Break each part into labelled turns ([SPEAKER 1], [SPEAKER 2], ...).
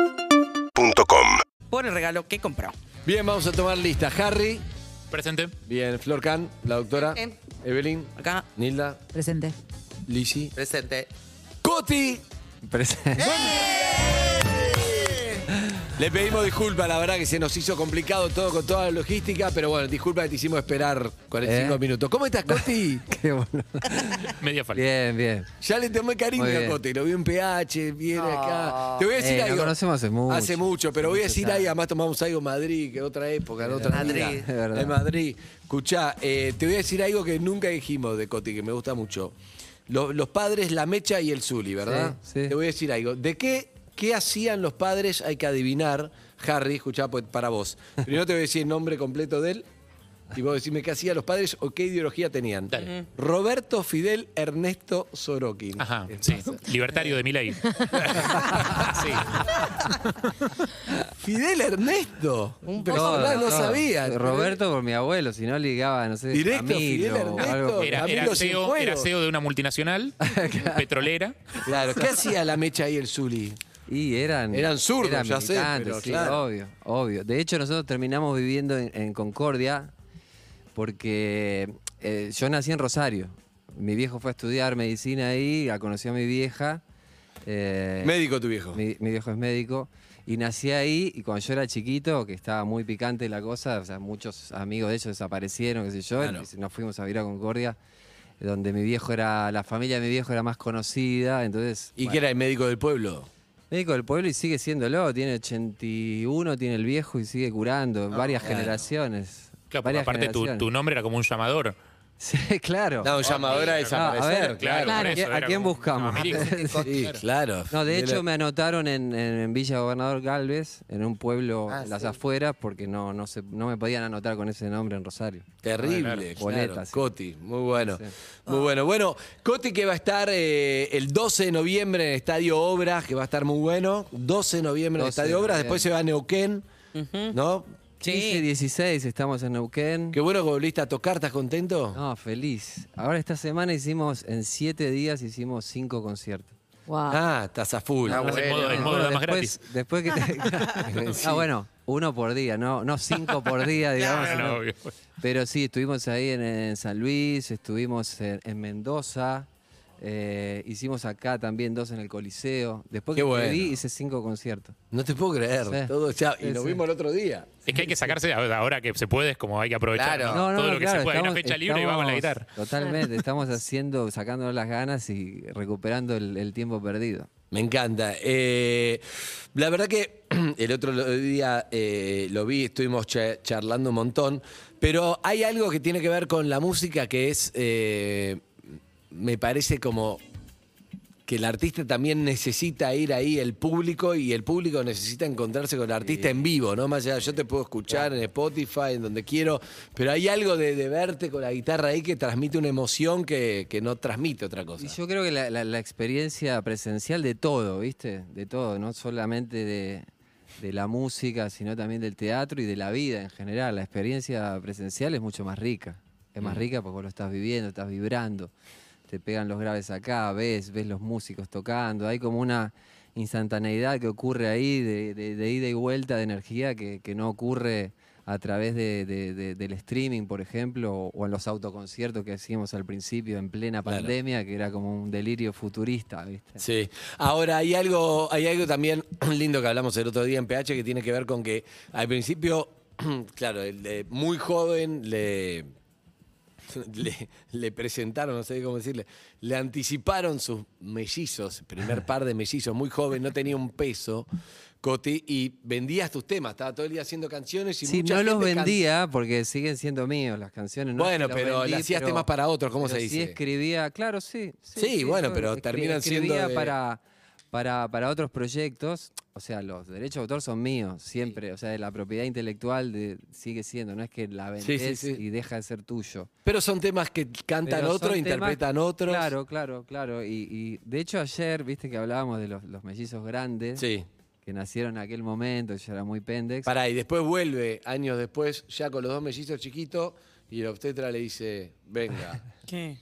[SPEAKER 1] UrbanaPlayFM.com
[SPEAKER 2] por el regalo que compró.
[SPEAKER 3] Bien, vamos a tomar lista. Harry.
[SPEAKER 4] Presente.
[SPEAKER 3] Bien, Flor Can, la doctora.
[SPEAKER 2] Presente.
[SPEAKER 3] Evelyn.
[SPEAKER 2] Acá,
[SPEAKER 3] Nilda.
[SPEAKER 5] Presente.
[SPEAKER 3] Lisi.
[SPEAKER 2] presente.
[SPEAKER 3] Coti.
[SPEAKER 6] Presente.
[SPEAKER 2] ¿Eh?
[SPEAKER 3] Le pedimos disculpas, la verdad que se nos hizo complicado todo con toda la logística, pero bueno, disculpa que te hicimos esperar 45
[SPEAKER 6] ¿Eh?
[SPEAKER 3] minutos. ¿Cómo estás, Coti?
[SPEAKER 6] Qué bueno.
[SPEAKER 4] Media falta.
[SPEAKER 6] Bien, bien.
[SPEAKER 3] Ya le tomé cariño
[SPEAKER 6] Muy
[SPEAKER 3] a
[SPEAKER 6] bien.
[SPEAKER 3] Coti, lo vi en PH, viene acá. Te voy a decir
[SPEAKER 6] Ey, lo
[SPEAKER 3] algo.
[SPEAKER 6] conocemos hace mucho.
[SPEAKER 3] Hace mucho, pero
[SPEAKER 6] Hace
[SPEAKER 3] voy a
[SPEAKER 6] mucho,
[SPEAKER 3] decir
[SPEAKER 6] claro.
[SPEAKER 3] ahí, además tomamos algo en Madrid, que en otra época, en otra
[SPEAKER 2] Madrid,
[SPEAKER 3] vida.
[SPEAKER 2] es
[SPEAKER 6] verdad.
[SPEAKER 3] En Madrid. Escuchá, eh, te voy a decir algo que nunca dijimos de Coti, que me gusta mucho. Lo- los padres, la mecha y el Zuli, ¿verdad?
[SPEAKER 6] Sí, sí.
[SPEAKER 3] Te voy a decir algo. ¿De qué, qué hacían los padres? Hay que adivinar, Harry, escuchá, pues, para vos. Primero te voy a decir el nombre completo de él. Y vos decime qué hacían los padres o qué ideología tenían.
[SPEAKER 4] Dale.
[SPEAKER 3] Roberto Fidel Ernesto Sorokin.
[SPEAKER 4] Ajá, sí. Libertario de Milei. sí.
[SPEAKER 3] Fidel Ernesto. Un
[SPEAKER 6] Todo,
[SPEAKER 3] no
[SPEAKER 6] todo.
[SPEAKER 3] sabía.
[SPEAKER 6] Roberto por mi abuelo, si no ligaba, no sé,
[SPEAKER 3] Directo,
[SPEAKER 6] Camilo
[SPEAKER 3] Fidel
[SPEAKER 6] o
[SPEAKER 3] Ernesto.
[SPEAKER 6] algo.
[SPEAKER 4] Era,
[SPEAKER 3] Camilo
[SPEAKER 4] era
[SPEAKER 3] sin
[SPEAKER 4] CEO,
[SPEAKER 3] juego.
[SPEAKER 4] era CEO de una multinacional, petrolera.
[SPEAKER 3] Claro, ¿qué hacía la mecha y el Zuli?
[SPEAKER 6] Y eran,
[SPEAKER 3] Eran zurdos,
[SPEAKER 6] eran
[SPEAKER 3] ya sé,
[SPEAKER 6] militantes,
[SPEAKER 3] pero
[SPEAKER 6] sí,
[SPEAKER 3] claro.
[SPEAKER 6] obvio, obvio. De hecho, nosotros terminamos viviendo en, en Concordia porque eh, yo nací en Rosario. Mi viejo fue a estudiar medicina ahí, la conoció a mi vieja. eh,
[SPEAKER 3] Médico tu viejo.
[SPEAKER 6] Mi, mi viejo es médico. Y nací ahí, y cuando yo era chiquito, que estaba muy picante la cosa, o sea, muchos amigos de ellos desaparecieron, qué sé yo,
[SPEAKER 3] Claro.
[SPEAKER 6] y nos fuimos a vivir a Concordia, donde mi viejo era, la familia de mi viejo era más conocida, entonces...
[SPEAKER 3] ¿Y
[SPEAKER 6] bueno,
[SPEAKER 3] que era el médico del pueblo?
[SPEAKER 6] Médico del pueblo y sigue siéndolo, tiene 81, tiene el viejo y sigue curando, en varias generaciones.
[SPEAKER 4] Ah, Claro, porque
[SPEAKER 6] varias
[SPEAKER 4] aparte tu,
[SPEAKER 6] generaciones.
[SPEAKER 4] tu nombre era como un llamador.
[SPEAKER 6] Sí, claro.
[SPEAKER 3] No, llamadora a
[SPEAKER 6] desaparecer,
[SPEAKER 3] desaparecer,
[SPEAKER 6] Ah, claro.
[SPEAKER 4] por
[SPEAKER 6] ¿A
[SPEAKER 4] eso
[SPEAKER 6] quién- a
[SPEAKER 4] era
[SPEAKER 6] quién
[SPEAKER 4] como-
[SPEAKER 6] buscamos?
[SPEAKER 4] No, Américo.
[SPEAKER 3] Sí, claro.
[SPEAKER 6] No, de hecho
[SPEAKER 3] Era-
[SPEAKER 6] me anotaron en, en Villa Gobernador Galvez, en un pueblo en las afueras, porque no, no, se, no me podían anotar con ese nombre en Rosario.
[SPEAKER 3] Terrible, claro.
[SPEAKER 6] Boletas, sí.
[SPEAKER 3] Coti, muy bueno.
[SPEAKER 6] Sí.
[SPEAKER 3] Muy bueno. Bueno, Coti que va a estar eh, el 12 de noviembre en el Estadio Obras, que va a estar muy bueno. 12 de noviembre
[SPEAKER 6] 12
[SPEAKER 3] en el
[SPEAKER 6] de
[SPEAKER 3] Estadio Obras,
[SPEAKER 6] noviembre.
[SPEAKER 3] después se va a Neuquén, ¿no?
[SPEAKER 6] 15, 16 estamos en Neuquén.
[SPEAKER 3] Qué bueno que volviste a tocar, ¿estás contento?
[SPEAKER 6] No, feliz. Ahora esta semana hicimos, en siete días hicimos cinco conciertos. Ah,
[SPEAKER 5] Wow.
[SPEAKER 3] Ah, estás a full.
[SPEAKER 4] Estás en modo, en modo
[SPEAKER 6] Bueno,
[SPEAKER 4] damas
[SPEAKER 6] después,
[SPEAKER 4] gratis.
[SPEAKER 6] después que te- Ah, bueno, uno por día, no, no cinco por día, digamos.
[SPEAKER 4] Claro,
[SPEAKER 6] sino-
[SPEAKER 4] obvio.
[SPEAKER 6] Pero sí, estuvimos ahí en, en San Luis, estuvimos en, en Mendoza, eh, hicimos acá también dos en el Coliseo. Después
[SPEAKER 3] Qué
[SPEAKER 6] que
[SPEAKER 3] bueno.
[SPEAKER 6] te vi, hice cinco conciertos.
[SPEAKER 3] No te puedo creer.
[SPEAKER 6] Sí.
[SPEAKER 3] Todo ya. Y
[SPEAKER 6] Sí,
[SPEAKER 3] lo
[SPEAKER 6] sí.
[SPEAKER 3] vimos el otro día.
[SPEAKER 4] Es que hay que sacarse ahora que se puede, es como hay que aprovechar
[SPEAKER 2] Claro.
[SPEAKER 4] ¿no?
[SPEAKER 6] No, no,
[SPEAKER 4] todo
[SPEAKER 6] no,
[SPEAKER 4] lo que
[SPEAKER 6] claro,
[SPEAKER 4] se puede. Hay una
[SPEAKER 6] estamos-
[SPEAKER 4] fecha libre y va con la guitarra.
[SPEAKER 6] estamos- Totalmente, estamos haciendo, sacándonos las ganas y recuperando el, el tiempo perdido.
[SPEAKER 3] Me encanta. Eh, la verdad que el otro lo- día eh, lo vi, estuvimos cha- charlando un montón, pero hay algo que tiene que ver con la música que es, eh, me parece como que el artista también necesita ir ahí, el público, y el público necesita encontrarse con el artista en vivo, ¿no? Más allá, yo te puedo escuchar en Spotify, en donde quiero, pero hay algo de, de verte con la guitarra ahí que transmite una emoción que, que no transmite otra cosa.
[SPEAKER 6] Y yo creo que la, la- la experiencia presencial de todo, ¿viste? De todo, no solamente de, de la música, sino también del teatro y de la vida en general. La experiencia presencial es mucho más rica. Es más rica porque vos lo estás viviendo, estás vibrando. Te pegan los graves acá, ves, ves los músicos tocando. Hay como una instantaneidad que ocurre ahí de, de- de ida y vuelta de energía que, que no ocurre a través de- de- de- del streaming, por ejemplo, o, o en los autoconciertos que hacíamos al principio en plena
[SPEAKER 3] Claro.
[SPEAKER 6] pandemia, que era como un delirio futurista, ¿viste?
[SPEAKER 3] Sí. Ahora, hay algo, hay algo también lindo que hablamos el otro día en PH que tiene que ver con que al principio, claro, el de muy joven le, le, le presentaron, no sé cómo decirle, le anticiparon sus mellizos,
[SPEAKER 6] Ah.
[SPEAKER 3] primer par de mellizos, muy joven, no tenía un peso. Coti, y vendías tus temas, estaba todo el día haciendo canciones y
[SPEAKER 6] Sí,
[SPEAKER 3] mucha
[SPEAKER 6] no los
[SPEAKER 3] gente can-
[SPEAKER 6] vendía porque siguen siendo míos las canciones. no es
[SPEAKER 3] Bueno,
[SPEAKER 6] que los
[SPEAKER 3] pero
[SPEAKER 6] vendí,
[SPEAKER 3] le hacías
[SPEAKER 6] pero-
[SPEAKER 3] temas para otros, ¿cómo
[SPEAKER 6] pero
[SPEAKER 3] se
[SPEAKER 6] Sí
[SPEAKER 3] dice?
[SPEAKER 6] escribía, claro, sí.
[SPEAKER 3] Sí, bueno, pero
[SPEAKER 6] escri-
[SPEAKER 3] terminan siendo
[SPEAKER 6] escribía
[SPEAKER 3] de-
[SPEAKER 6] para, para, para otros proyectos. O sea, los derechos de autor son míos, siempre. O sea, la propiedad intelectual de- sigue siendo. No es que la
[SPEAKER 3] sí,
[SPEAKER 6] vendés
[SPEAKER 3] sí.
[SPEAKER 6] y deja de ser tuyo.
[SPEAKER 3] Pero son temas que cantan
[SPEAKER 6] Pero
[SPEAKER 3] otros,
[SPEAKER 6] son temas-
[SPEAKER 3] interpretan otros.
[SPEAKER 6] Claro, claro, claro. Y, y, de hecho ayer, viste que hablábamos de los, los mellizos grandes
[SPEAKER 3] Sí.
[SPEAKER 6] que nacieron en aquel momento, yo era muy pendex.
[SPEAKER 3] Pará, y después vuelve años después, ya con los dos mellizos chiquitos, y el obstetra le dice, venga,
[SPEAKER 2] ¿Qué?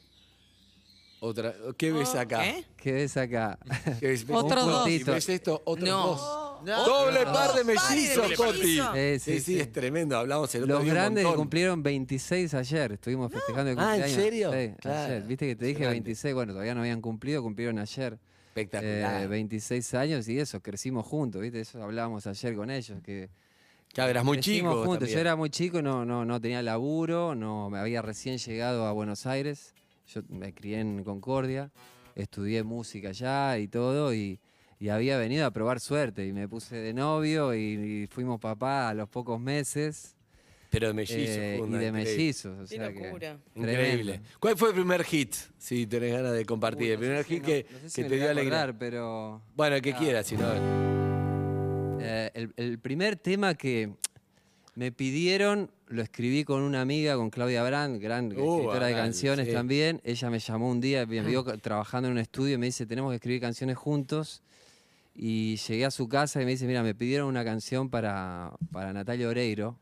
[SPEAKER 3] Otra, ¿Qué ves acá?
[SPEAKER 1] ¿Eh?
[SPEAKER 6] ¿Qué ves acá?
[SPEAKER 3] ¿Qué ves?
[SPEAKER 1] Otros
[SPEAKER 3] Un
[SPEAKER 1] dos.
[SPEAKER 3] puntito. ¿Y ¿Ves esto? Otros
[SPEAKER 1] No.
[SPEAKER 3] dos.
[SPEAKER 2] No.
[SPEAKER 3] Doble
[SPEAKER 2] No.
[SPEAKER 3] par de mellizos,
[SPEAKER 1] Doble par de
[SPEAKER 3] Coti.
[SPEAKER 1] mellizos.
[SPEAKER 6] Eh,
[SPEAKER 3] Sí, sí, es tremendo. Hablamos el otro
[SPEAKER 6] Los
[SPEAKER 3] día un
[SPEAKER 6] grandes que
[SPEAKER 3] montón.
[SPEAKER 6] cumplieron 26 ayer, estuvimos festejando el
[SPEAKER 3] Ah, ¿en
[SPEAKER 6] cumpleaños.
[SPEAKER 3] serio?
[SPEAKER 6] Sí,
[SPEAKER 3] Claro,
[SPEAKER 6] ayer. Viste que te dije
[SPEAKER 3] impresionante.
[SPEAKER 6] 26, bueno, todavía no habían cumplido, cumplieron ayer
[SPEAKER 3] Espectacular.
[SPEAKER 6] eh, 26 años y eso, crecimos juntos, ¿viste? Eso hablábamos ayer con ellos, que
[SPEAKER 3] Claro, eras muy
[SPEAKER 6] crecimos
[SPEAKER 3] chico.
[SPEAKER 6] juntos.
[SPEAKER 3] también.
[SPEAKER 6] Yo era muy chico, no, no, no tenía laburo, no me había recién llegado a Buenos Aires. Yo me crié en Concordia, estudié música allá y todo, y, y había venido a probar suerte. Y me puse de novio y, y fuimos papá a los pocos meses.
[SPEAKER 3] Pero de mellizos.
[SPEAKER 6] eh, y
[SPEAKER 3] Funda,
[SPEAKER 6] de
[SPEAKER 3] increíble.
[SPEAKER 6] mellizos. O
[SPEAKER 1] Qué
[SPEAKER 6] sea que-
[SPEAKER 1] locura.
[SPEAKER 3] Increíble.
[SPEAKER 6] tremendo.
[SPEAKER 3] ¿Cuál fue el primer hit? Si tenés ganas de compartir.
[SPEAKER 6] Uy,
[SPEAKER 3] el
[SPEAKER 6] no sé
[SPEAKER 3] primer
[SPEAKER 6] si-
[SPEAKER 3] hit
[SPEAKER 6] no-
[SPEAKER 3] que,
[SPEAKER 6] no sé si
[SPEAKER 3] que
[SPEAKER 6] me
[SPEAKER 3] te
[SPEAKER 6] lo
[SPEAKER 3] dio
[SPEAKER 6] voy a
[SPEAKER 3] alegría.
[SPEAKER 6] acordar, Ah. pero
[SPEAKER 3] Bueno, el que quieras, si no.
[SPEAKER 6] eh, el, el primer tema que me pidieron, lo escribí con una amiga, con Claudia Brand, gran
[SPEAKER 3] Uh,
[SPEAKER 6] escritora de
[SPEAKER 3] Arnal,
[SPEAKER 6] canciones
[SPEAKER 3] sí. Ah.
[SPEAKER 6] también. Ella me llamó un día, me vio trabajando en un estudio y me dice, tenemos que escribir canciones juntos. Y llegué a su casa y me dice, mira, me pidieron una canción para, para Natalia Oreiro.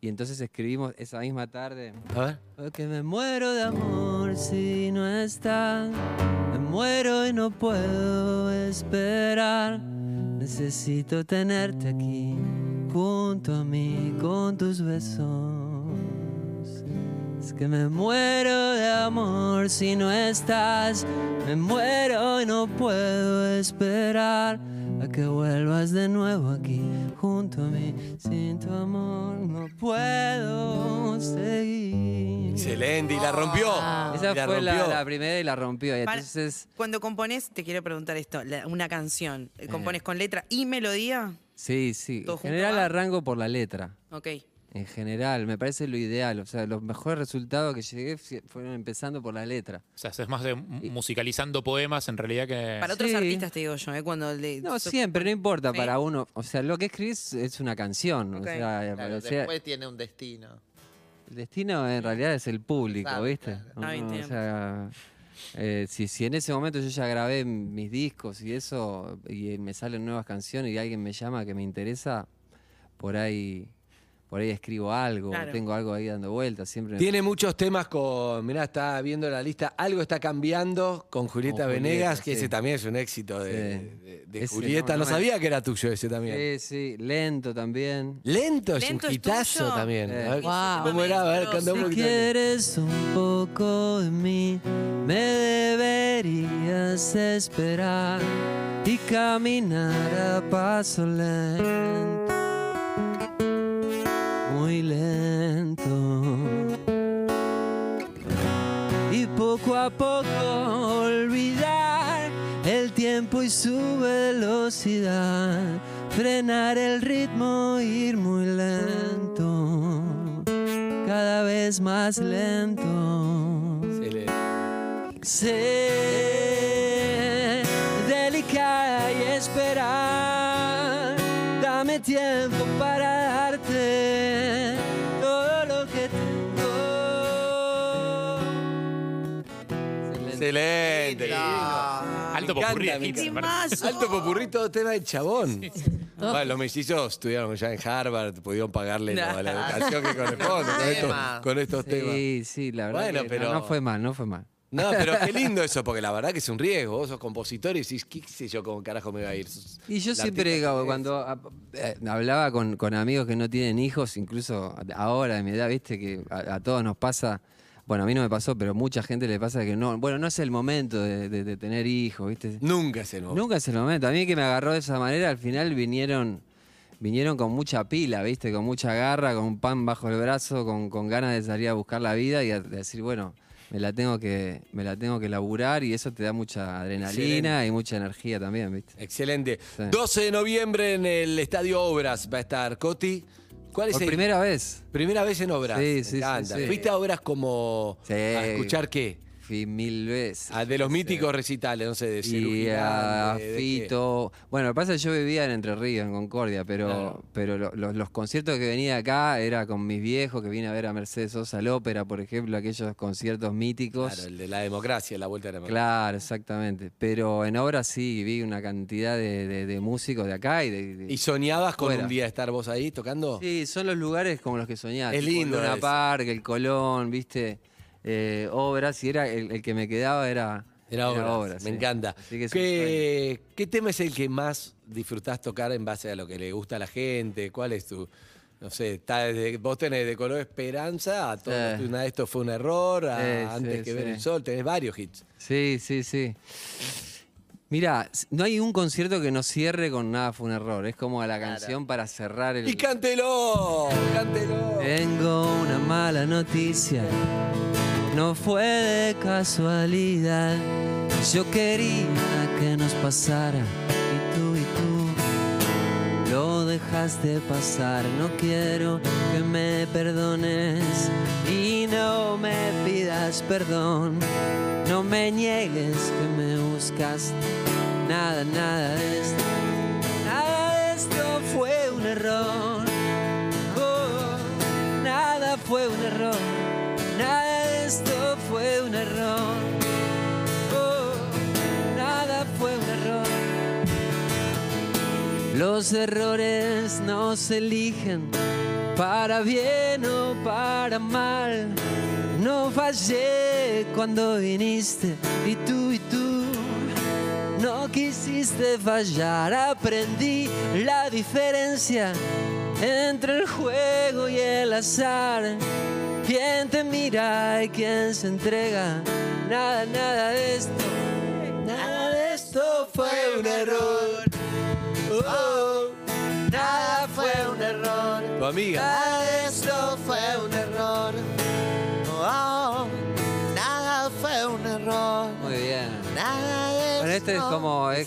[SPEAKER 6] Y entonces escribimos esa misma tarde.
[SPEAKER 3] A ver.
[SPEAKER 6] Porque me muero de amor si no está. Me muero y no puedo esperar. Necesito tenerte aquí, junto a mí, con tus besos. Es que me muero de amor si no estás. Me muero y no puedo esperar a que vuelvas de nuevo aquí junto a mí. Sin tu amor no puedo seguir.
[SPEAKER 3] Excelente, y la rompió.
[SPEAKER 6] Esa
[SPEAKER 3] Y Ah, la
[SPEAKER 6] fue la,
[SPEAKER 3] rompió.
[SPEAKER 6] la primera y la rompió. Y
[SPEAKER 1] Para-
[SPEAKER 6] entonces,
[SPEAKER 1] Cuando compones, te quiero preguntar esto, la- una canción,
[SPEAKER 3] Eh.
[SPEAKER 1] ¿compones con letra y melodía?
[SPEAKER 6] sí, sí. En
[SPEAKER 1] ¿Todo junto
[SPEAKER 6] general
[SPEAKER 1] va?
[SPEAKER 6] arranco por la letra.
[SPEAKER 1] Ok.
[SPEAKER 6] En general, me parece lo ideal. O sea, los mejores resultados que llegué fie- fueron empezando por la letra.
[SPEAKER 4] O sea, es más de mu- musicalizando poemas en realidad que.
[SPEAKER 1] Para otros
[SPEAKER 6] Eh. Sí.
[SPEAKER 1] artistas te digo yo, ¿eh? Cuando le-
[SPEAKER 6] No,
[SPEAKER 1] so-
[SPEAKER 6] siempre, no importa
[SPEAKER 1] Sí.
[SPEAKER 6] para uno. O sea, lo que escribís es una canción.
[SPEAKER 1] Ok.
[SPEAKER 6] O sea,
[SPEAKER 2] Claro,
[SPEAKER 6] o sea,
[SPEAKER 2] después tiene un destino.
[SPEAKER 6] El destino en realidad es el público,
[SPEAKER 2] Claro,
[SPEAKER 6] ¿viste?
[SPEAKER 2] claro.
[SPEAKER 1] Ah, bien,
[SPEAKER 6] Uno,
[SPEAKER 1] tiene
[SPEAKER 6] o sea, eh, si, si en ese momento yo ya grabé mis discos y eso, y eh, me salen nuevas canciones y alguien me llama que me interesa, por ahí, por ahí escribo algo,
[SPEAKER 1] Claro.
[SPEAKER 6] tengo algo ahí dando vueltas, siempre me-
[SPEAKER 3] Tiene muchos temas con. Mirá, está viendo la lista. Algo está cambiando con
[SPEAKER 6] Con
[SPEAKER 3] Julieta
[SPEAKER 6] Julieta,
[SPEAKER 3] Venegas, que
[SPEAKER 6] sí.
[SPEAKER 3] ese también es un éxito de,
[SPEAKER 6] Sí.
[SPEAKER 3] de- de
[SPEAKER 6] Ese,
[SPEAKER 3] Julieta.
[SPEAKER 6] no, no
[SPEAKER 3] No,
[SPEAKER 6] me-
[SPEAKER 3] sabía que era tuyo ese también.
[SPEAKER 6] Sí, sí, lento también.
[SPEAKER 3] Lento, es
[SPEAKER 1] Lento
[SPEAKER 3] un
[SPEAKER 1] es
[SPEAKER 3] hitazo
[SPEAKER 1] tuyo.
[SPEAKER 3] también.
[SPEAKER 6] Eh.
[SPEAKER 3] A ver,
[SPEAKER 1] Guau.
[SPEAKER 3] ¿Cómo era? A ver, canta un
[SPEAKER 1] Si
[SPEAKER 6] Si
[SPEAKER 3] poquito.
[SPEAKER 6] quieres un poco de mí, me deberías esperar y caminar a paso lento, muy lento. Y poco a poco olvidar el tiempo y su velocidad, frenar el ritmo, e ir muy lento cada vez más lento.
[SPEAKER 3] Excelente.
[SPEAKER 6] Sé delicada y esperar. Dame tiempo para darte todo lo que tengo.
[SPEAKER 3] Excelente.
[SPEAKER 4] Alto
[SPEAKER 3] Me
[SPEAKER 4] popurrí
[SPEAKER 3] encanta,
[SPEAKER 4] de
[SPEAKER 3] me
[SPEAKER 4] hits,
[SPEAKER 3] encanta.
[SPEAKER 4] me parece.
[SPEAKER 3] Alto popurrí, todo tema de chabón. Bueno, los mellizos estudiaron ya en Harvard, pudieron pagarle la, la educación que corresponde con, estos,
[SPEAKER 2] Tema.
[SPEAKER 3] con estos temas.
[SPEAKER 6] Sí, sí, la verdad.
[SPEAKER 3] Bueno,
[SPEAKER 6] que
[SPEAKER 3] pero-
[SPEAKER 6] no, no fue mal, no fue mal.
[SPEAKER 3] No, pero qué lindo eso, porque la verdad que es un riesgo. Vos sos compositor y decís, ¿qué sé yo cómo carajo me va a ir? Sos
[SPEAKER 6] Y yo
[SPEAKER 3] la
[SPEAKER 6] siempre,
[SPEAKER 3] artista
[SPEAKER 6] Gabo,
[SPEAKER 3] que
[SPEAKER 6] cuando ah, eh, hablaba con, con amigos que no tienen hijos, incluso ahora de mi edad, viste que a, a todos nos pasa, bueno, a mí no me pasó, pero mucha gente le pasa que no, bueno, no es el momento de, de- de tener hijos, viste.
[SPEAKER 3] es. Nunca se nos
[SPEAKER 6] Nunca es el momento. A mí que me agarró de esa manera, al final vinieron, vinieron con mucha pila, viste, con mucha garra, con un pan bajo el brazo, con, con ganas de salir a buscar la vida y a- de decir, bueno, me la tengo que, me la tengo que laburar y eso te da mucha adrenalina y mucha energía también, viste.
[SPEAKER 3] Excelente.
[SPEAKER 6] Sí.
[SPEAKER 3] 12 de noviembre en el Estadio Obras va a estar Coti. ¿Cuál es
[SPEAKER 6] Por
[SPEAKER 3] el-
[SPEAKER 6] primera vez.
[SPEAKER 3] primera vez en Obras?
[SPEAKER 6] Sí,
[SPEAKER 3] Me
[SPEAKER 6] sí, sí,
[SPEAKER 3] encanta.
[SPEAKER 6] sí.
[SPEAKER 3] ¿Fuiste a Obras como
[SPEAKER 6] Sí.
[SPEAKER 3] a escuchar qué?
[SPEAKER 6] Fui mil veces.
[SPEAKER 3] A de los míticos recitales, no sé, de
[SPEAKER 6] Y
[SPEAKER 3] cirugía.
[SPEAKER 6] a Fito. Bueno, lo que pasa es que yo vivía en Entre Ríos, en Concordia, pero,
[SPEAKER 3] Claro.
[SPEAKER 6] pero lo- los- los conciertos que venía acá era con mis viejos, que vine a ver a Mercedes Sosa al ópera, por ejemplo, aquellos conciertos míticos.
[SPEAKER 3] Claro,
[SPEAKER 6] Claro,
[SPEAKER 3] el de la democracia, la vuelta de la democracia.
[SPEAKER 6] exactamente. Pero en obra sí vi una cantidad de, de- de músicos de acá y de. de-
[SPEAKER 3] ¿Y soñabas con
[SPEAKER 6] Fuera.
[SPEAKER 3] un día estar vos ahí tocando?
[SPEAKER 6] Sí, son los lugares como los que soñás.
[SPEAKER 3] Es
[SPEAKER 6] tipo el
[SPEAKER 3] lindo
[SPEAKER 6] Luna
[SPEAKER 3] eso.
[SPEAKER 6] Park, el Colón, ¿viste? eh, obras y era el, el que me quedaba era,
[SPEAKER 3] Era obras. me
[SPEAKER 6] sí.
[SPEAKER 3] encanta.
[SPEAKER 6] Así que es un sueño.
[SPEAKER 3] ¿Qué, qué tema es el que más disfrutás tocar en base a lo que le gusta a la gente? ¿Cuál es tu.? No sé, está desde- vos tenés de color esperanza a todo.
[SPEAKER 6] Sí.
[SPEAKER 3] Nada de esto fue un error, a
[SPEAKER 6] Eh. Sí,
[SPEAKER 3] antes
[SPEAKER 6] sí,
[SPEAKER 3] que ver
[SPEAKER 6] sí.
[SPEAKER 3] el sol, tenés varios hits.
[SPEAKER 6] Sí, sí, sí. Mira, no hay un concierto que no cierre con nada fue un error. Es como la canción para cerrar el. Eh.
[SPEAKER 3] ¡Y cántelo! ¡Cántelo!
[SPEAKER 6] Tengo una mala noticia, no fue de casualidad. Yo quería que nos pasara y tú y tú lo dejaste pasar. No quiero que me perdones y no me pidas perdón. No me niegues que me buscas. Nada, nada de esto, nada de esto fue un error. Oh, nada fue un error, nada de esto fue un error. Oh, nada fue un error. Los errores no se eligen para bien o para mal. No fallé cuando viniste y tú y tú no quisiste fallar, aprendí la diferencia entre el juego y el azar. Quién te mira y quién se entrega. Nada, nada de esto, nada de esto fue un error. Oh, nada fue un error.
[SPEAKER 3] Tu amiga.
[SPEAKER 6] Nada de esto fue un error. Oh, nada fue un error. Muy bien. Nada de Bueno, este es como. Es como- eh,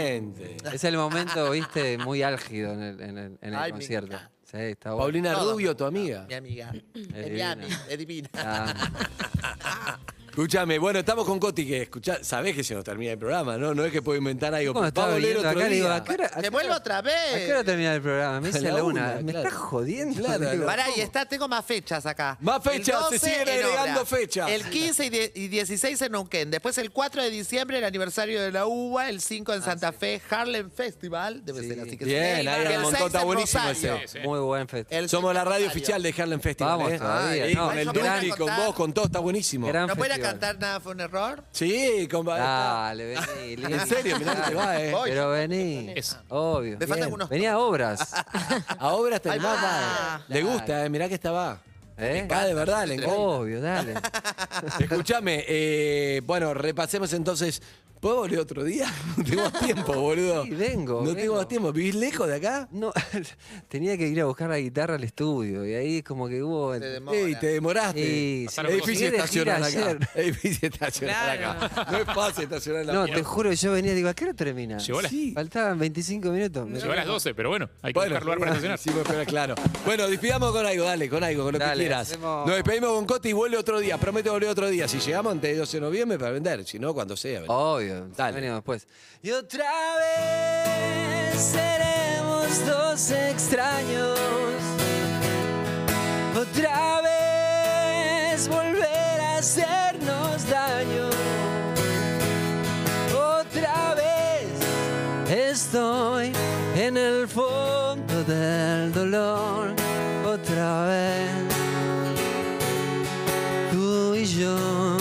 [SPEAKER 3] Excelente.
[SPEAKER 6] es el momento, viste, muy álgido en el, en el- en el concierto. Sí, está bueno.
[SPEAKER 3] Paulina Rubio, tu amiga.
[SPEAKER 2] Mi amiga. Es mi
[SPEAKER 6] divina.
[SPEAKER 2] ami, es divina.
[SPEAKER 6] Ah,
[SPEAKER 3] Escúchame, bueno, estamos con Coti, que escuchá, sabés que se nos termina el programa, ¿no? No es que puedo inventar algo.
[SPEAKER 6] ¿Cómo
[SPEAKER 3] pero va
[SPEAKER 6] estaba
[SPEAKER 3] a volver
[SPEAKER 6] viendo
[SPEAKER 3] otro
[SPEAKER 6] acá? Le digo,
[SPEAKER 3] día.
[SPEAKER 6] ¿a qué hora, a
[SPEAKER 2] ¡Que
[SPEAKER 6] qué
[SPEAKER 2] vuelva
[SPEAKER 6] hora-
[SPEAKER 2] otra
[SPEAKER 6] ¿A qué hora
[SPEAKER 2] vez!
[SPEAKER 6] termina el programa? Me
[SPEAKER 3] A
[SPEAKER 6] dice
[SPEAKER 3] la
[SPEAKER 6] la
[SPEAKER 3] una,
[SPEAKER 6] una. Me
[SPEAKER 3] claro.
[SPEAKER 6] estás jodiendo.
[SPEAKER 3] Claro,
[SPEAKER 6] digo.
[SPEAKER 3] claro.
[SPEAKER 2] Pará, y está, tengo más fechas acá.
[SPEAKER 3] Más fechas,
[SPEAKER 2] El 12
[SPEAKER 3] se siguen
[SPEAKER 2] en
[SPEAKER 3] agregando
[SPEAKER 2] obra.
[SPEAKER 3] fechas.
[SPEAKER 2] El 15 y, die- y 16 en Neuquén. Después el 4 de diciembre, el aniversario de la UBA. El 5 en Santa Fe, Harlem Festival. Debe
[SPEAKER 6] Sí.
[SPEAKER 2] ser así que
[SPEAKER 3] Bien,
[SPEAKER 2] sí.
[SPEAKER 3] ahí
[SPEAKER 2] El
[SPEAKER 3] hay un montón,
[SPEAKER 2] 6
[SPEAKER 3] está
[SPEAKER 2] en
[SPEAKER 3] buenísimo
[SPEAKER 2] Rosario.
[SPEAKER 3] ese.
[SPEAKER 6] Muy buen festival.
[SPEAKER 2] El
[SPEAKER 3] Somos
[SPEAKER 2] 6
[SPEAKER 3] la
[SPEAKER 2] en
[SPEAKER 3] radio
[SPEAKER 2] Rosario.
[SPEAKER 3] oficial de Harlem Festival.
[SPEAKER 6] Vamos
[SPEAKER 3] ¿eh?
[SPEAKER 6] todavía,
[SPEAKER 3] Ahí
[SPEAKER 6] no,
[SPEAKER 3] con el
[SPEAKER 2] eso me van a
[SPEAKER 3] Duki, con
[SPEAKER 2] contar.
[SPEAKER 3] vos, con todo, está buenísimo.
[SPEAKER 6] Gran
[SPEAKER 2] ¿No pueden
[SPEAKER 6] festival.
[SPEAKER 2] cantar nada fue un error?
[SPEAKER 3] Sí, con
[SPEAKER 6] Dale, vení. Lili.
[SPEAKER 3] En serio, mirá que te va, eh.
[SPEAKER 2] Voy.
[SPEAKER 6] Pero vení.
[SPEAKER 4] Es-
[SPEAKER 6] Obvio.
[SPEAKER 2] Me faltan
[SPEAKER 6] Bien.
[SPEAKER 2] unos
[SPEAKER 6] Vení a obras.
[SPEAKER 3] A obras te
[SPEAKER 2] va.
[SPEAKER 3] va. Le gusta, eh, mirá que esta va.
[SPEAKER 6] ¿eh?
[SPEAKER 3] Va de verdad, le encanta.
[SPEAKER 6] Obvio, dale.
[SPEAKER 3] Escuchame, eh, bueno, repasemos entonces. ¿Puedo volver otro día? No tengo más tiempo, boludo.
[SPEAKER 6] Sí, vengo,
[SPEAKER 3] No tengo
[SPEAKER 6] vengo.
[SPEAKER 3] más tiempo. ¿Vivís lejos de acá?
[SPEAKER 6] No, tenía que ir a buscar la guitarra al estudio y ahí como que hubo...
[SPEAKER 2] Se demora.
[SPEAKER 3] Ey, te demoraste.
[SPEAKER 6] Sí,
[SPEAKER 3] es
[SPEAKER 6] sí.
[SPEAKER 3] difícil
[SPEAKER 6] Llegué de gira
[SPEAKER 3] estacionar acá.
[SPEAKER 6] ayer.
[SPEAKER 3] Es difícil estacionar
[SPEAKER 1] Claro.
[SPEAKER 3] acá. No es fácil estacionar en la
[SPEAKER 6] No,
[SPEAKER 3] puerta.
[SPEAKER 6] te juro que yo venía digo, ¿a qué hora termina?
[SPEAKER 4] Llegó a las-
[SPEAKER 6] Sí. Faltaban 25 minutos.
[SPEAKER 4] Llegó a las 12, pero bueno, hay que
[SPEAKER 3] Bueno, eh,
[SPEAKER 4] buscar lugar para estacionar.
[SPEAKER 3] sí, bueno, pero claro. Bueno, despidamos con algo, dale, con algo, con lo que
[SPEAKER 6] Dale,
[SPEAKER 3] quieras.
[SPEAKER 6] hacemos-
[SPEAKER 3] Nos despedimos con Coti y vuelve otro día. Prometo volver otro día. Si llegamos antes del 12 de noviembre, para vender. Si no, cuando sea.
[SPEAKER 4] Oh.
[SPEAKER 3] ¿verdad?
[SPEAKER 6] Obvio,
[SPEAKER 3] Dale.
[SPEAKER 6] venimos después. Y otra vez seremos dos extraños. Otra vez volver a hacernos daño. Otra vez estoy en el fondo del dolor. Otra vez tú y yo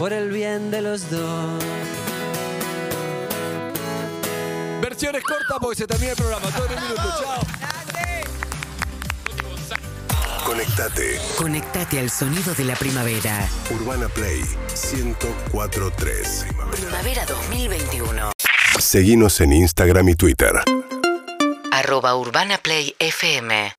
[SPEAKER 6] por el bien de los dos.
[SPEAKER 3] Versiones cortas porque se termina el programa. Todo en un minuto. Chao.
[SPEAKER 5] Conectate.
[SPEAKER 7] Conectate al sonido de la primavera.
[SPEAKER 5] Urbana Play 1043.
[SPEAKER 7] Primavera 2021.
[SPEAKER 5] Seguinos en Instagram y Twitter.
[SPEAKER 7] Arroba Urbana Play FM.